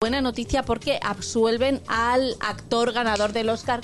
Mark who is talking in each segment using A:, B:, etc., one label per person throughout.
A: buena noticia porque absuelven al actor ganador del Oscar.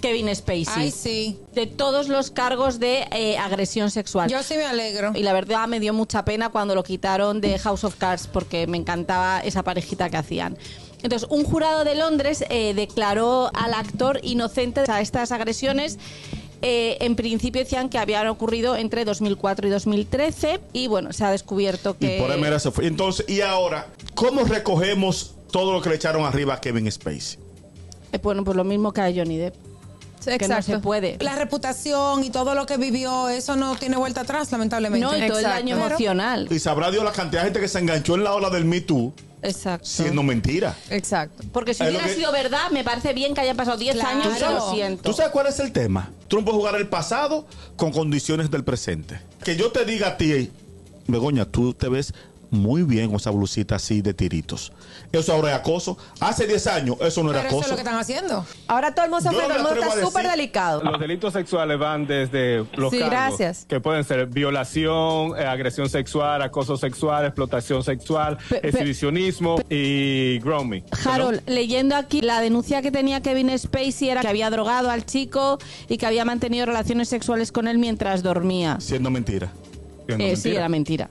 A: Kevin Spacey.
B: Ay, sí.
A: De todos los cargos de eh, agresión sexual.
B: Yo sí me alegro.
A: Y la verdad me dio mucha pena cuando lo quitaron de House of Cards porque me encantaba esa parejita que hacían. Entonces, un jurado de Londres eh, declaró al actor inocente de estas agresiones. Eh, en principio decían que habían ocurrido entre 2004 y 2013 y bueno, se ha descubierto que... eh,
C: Y por
B: Eh,
C: ahí mira, se fue. Entonces, y ahora, ¿cómo recogemos todo lo que le echaron arriba a Kevin Spacey?
A: Eh, bueno, pues lo mismo que a Johnny Depp. Que no se puede.
B: La reputación y todo lo que vivió, eso no tiene vuelta atrás, lamentablemente.
A: No, y todo el
B: Exacto.
A: daño
B: Pero-
A: emocional.
C: Y sabrá Dios la cantidad de gente que se enganchó en la ola del Me Too
A: Exacto.
C: siendo mentira.
D: Exacto.
A: Porque si
C: Es lo
A: hubiera
C: que-
A: sido verdad, me parece bien que hayan pasado 10
B: Claro.
A: años, yo lo siento.
C: ¿Tú sabes cuál es el tema? Tú no puedes jugar el pasado con condiciones del presente. Que yo te diga a ti, Begoña, tú te ves muy bien con esa blusita así de tiritos. Eso ahora es acoso. Hace 10 años eso no era
B: Pero eso es
C: acoso.
B: lo que están haciendo.
D: Ahora todo el mundo, se
C: Yo
D: ofende,
C: me
D: todo el mundo
C: atrevo
D: está
C: a
D: súper
C: decir-
D: delicado.
E: Los delitos sexuales van desde los
D: Sí,
E: cargos,
D: gracias.
E: que pueden ser violación, eh, agresión sexual, acoso sexual, explotación sexual,
A: Pe- pe-
E: exhibicionismo y grooming.
A: Harold, leyendo aquí, la denuncia que tenía Kevin Spacey era que había drogado al chico y que había mantenido relaciones sexuales con él mientras dormía.
C: Siendo mentira.
A: Eh, sí, era mentira.